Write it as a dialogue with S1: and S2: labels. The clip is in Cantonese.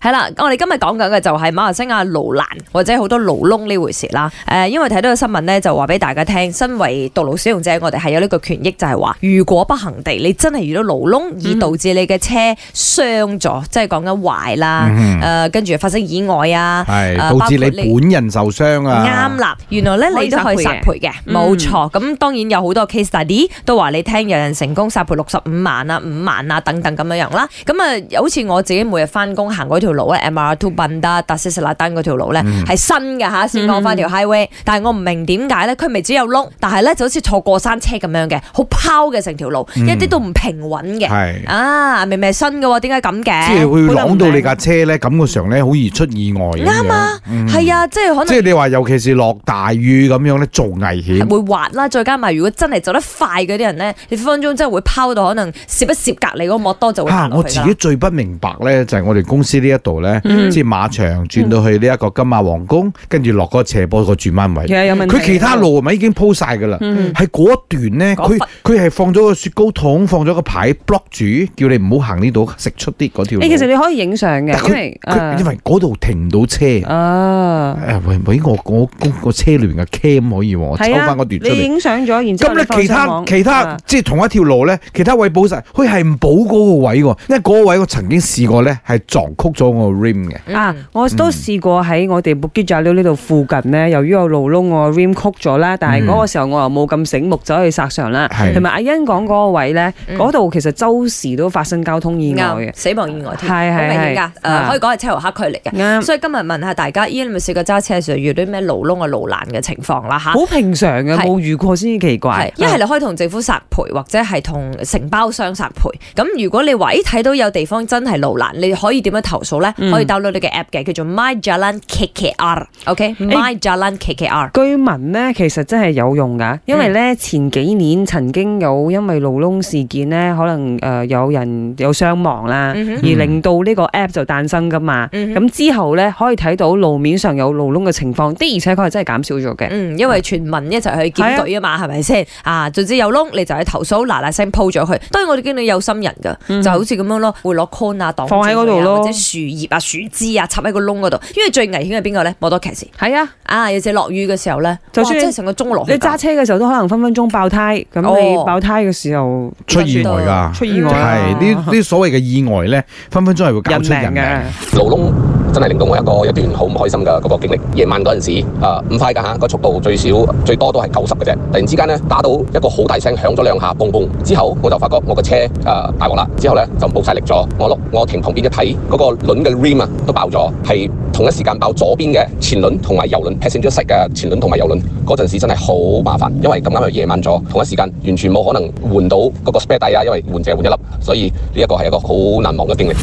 S1: 係啦，我哋今日講緊嘅就係馬來西亞勞難或者好多勞窿呢回事啦。誒、因為睇到個新聞呢，就話俾大家聽，身為道路使用者，我哋係有呢個權益，就係話，如果不幸地你真係遇到勞窿，
S2: 嗯
S1: 而導致你嘅車傷咗，即係講緊壞啦，誒、
S2: 嗯
S1: 跟住發生意外啊。
S2: 係，
S1: 啊，
S2: 導致你
S1: 包括你-
S2: 本人受傷啊。
S1: 啱啦，原來咧
S3: 可以
S1: 你都可以殺賠嘅，
S3: 嗯
S1: 冇錯。咁當然有好多 case study 都話你聽有人成功殺賠六十五萬啊、五萬啊等等咁樣樣啦。咁啊，好似我自己每日翻工行嗰條路咧，MR Two Banda d a s i s l a d a n 嗰條路咧
S2: 嗯
S1: 係新嘅吓，先講
S3: 嗯
S1: 翻條 highway。但係我唔明點解咧，佢咪只有窿，但係咧就好似坐過山車咁樣嘅，好拋嘅成條路，
S2: 嗯
S1: 一啲都唔平穩嘅。
S2: 係，
S1: 啊，明明係新嘅喎，點解咁嘅？
S2: 即係會
S3: 本來唔
S2: 啷到你架車呢，感覺上呢，好易出意外咁樣。嗯。
S1: 係啊，即係可能。
S2: 即係你話尤其是落大雨咁樣呢，仲危險。
S1: 係會滑啦，再加埋如果真係走得快嗰啲人咧，你分分鐘真係會拋到可能攝一攝隔離嗰個莫多就會
S2: 啊
S1: 行
S2: 我
S1: 落去
S2: 自
S1: 㗎
S2: 己
S1: 啦。
S2: 最不明白咧，就係我哋公司呢一度咧，
S3: 嗯
S2: 即係馬場轉到去呢一個金馬皇宮，跟住落嗰個斜坡個轉彎位。
S3: 又有問題。啊
S2: 佢其他路咪已經鋪晒㗎啦，
S3: 嗯
S2: 喺嗰段咧，
S1: 嗰
S2: 佢佢係放咗個雪糕筒，放咗個牌 block 住，叫你唔好行呢度，食出啲嗰條路。
S3: 誒，其實你可以影相
S2: 但
S3: 嘅，
S2: 佢
S3: 因為
S2: 佢因為嗰度停唔到車，
S3: 誒啊，
S2: 誒喂喂，我我我個車聯嘅 cam 可以喎，我抽
S3: 係啊
S2: 翻嗰段出
S3: 你
S2: 嚟。
S3: 影相咗，然之後
S2: 咁
S3: 你
S2: 你其他其
S3: 啊
S2: 他即係同一條路咧，其他位補晒，佢係唔補嗰個位喎，因為嗰個位我曾經試過咧係撞曲咗我個 rim 嘅。
S3: 啊
S1: 嗯，
S3: 我都試過喺我哋 Bukit Jalil 呢度附近呢，由於有路窿，我 rim 曲咗啦，但係嗰個時候我又冇咁醒目走去殺上啦。
S2: 嗯係
S3: 同埋阿欣講嗰個位呢，
S1: 嗯
S3: 嗰度其實周時都發生交通意外嘅
S1: 啱，死亡意外添，好
S3: 係係
S1: 明顯㗎
S3: 係。
S1: 誒，
S3: 啊嗯
S1: 可以講係車頭黑區嚟嘅。
S3: 啱，
S1: 所以今日問下大家，咦，你咪試過揸車嘅時候遇到啲咩勞窿啊、勞難嘅情況啦嚇？
S3: 好平常嘅，
S1: 啊係
S3: 冇遇過先至奇怪
S1: 係。一係你可以同政府索賠，或者係同承包商索賠。咁如果你話咦睇到有地方真係路難，你可以點樣投訴咧？
S3: 嗯
S1: 可以 download 你嘅 app 嘅，叫做 My Jalan KKR，OK？My Jalan KKR。
S3: 居民咧其實真係有用㗎，因
S1: 嗯
S3: 為咧前幾年曾經有因為勞窿事件咧，可能誒、呃有人有傷亡啦，
S1: 嗯哼
S3: 而令到呢個 app 就誕生㗎嘛。
S1: 嗯
S3: 咁、之後咧可以睇到路面上有勞窿嘅情況，的而且確係真係減少咗嘅。
S1: 嗯，因為全民一齊去檢舉啊嘛，係咪先？啊，總之有窿你就去投訴，嗱嗱聲鋪咗佢。當然我哋見到有心人噶，就好似咁樣咯，會攞 con 啊擋住佢啊
S3: 嗯放喺嗰度咯
S1: 或者樹葉啊、樹枝啊插喺個窿嗰度。因為最危險係邊個咧？摩多騎士
S3: 係啊，
S1: 啊！有時落雨嘅時候咧，
S3: 就
S1: 哇
S3: 算
S1: 真哦係成個鐘落去
S3: 你
S1: 㗎
S3: 揸車嘅時候都可能分分鐘爆胎，咁你
S1: 哦
S3: 爆胎嘅時候
S2: 出意外㗎，
S3: 出意外啊
S2: 係呢啲所謂嘅意外咧，分分鐘係會搞
S3: 人
S2: 出
S3: 命啊
S2: 人命。
S3: 嘅。
S4: 勞窿真係令到我有一個一段好唔開心嘅嗰個經歷。夜晚嗰陣時，啊唔快㗎嚇，個速度最少最多都係九十嘅啫。突然之間咧，打到一個好大聲響咗兩下，嘣嘣之後，我就發覺我個車啊大鑊啦。之後咧就冇晒力咗，我碌我停旁邊一睇，嗰、個輪嘅 rim 啊都爆咗，係同一時間爆左邊嘅前輪同埋右輪 passenger side 嘅前輪同埋右輪。嗰陣時真係好麻煩，因為咁啱又夜晚咗，同一時間完全冇可能換到嗰個 spare 底啊，因為換淨係換一粒，所以呢一個係一個好難忘嘅經歷。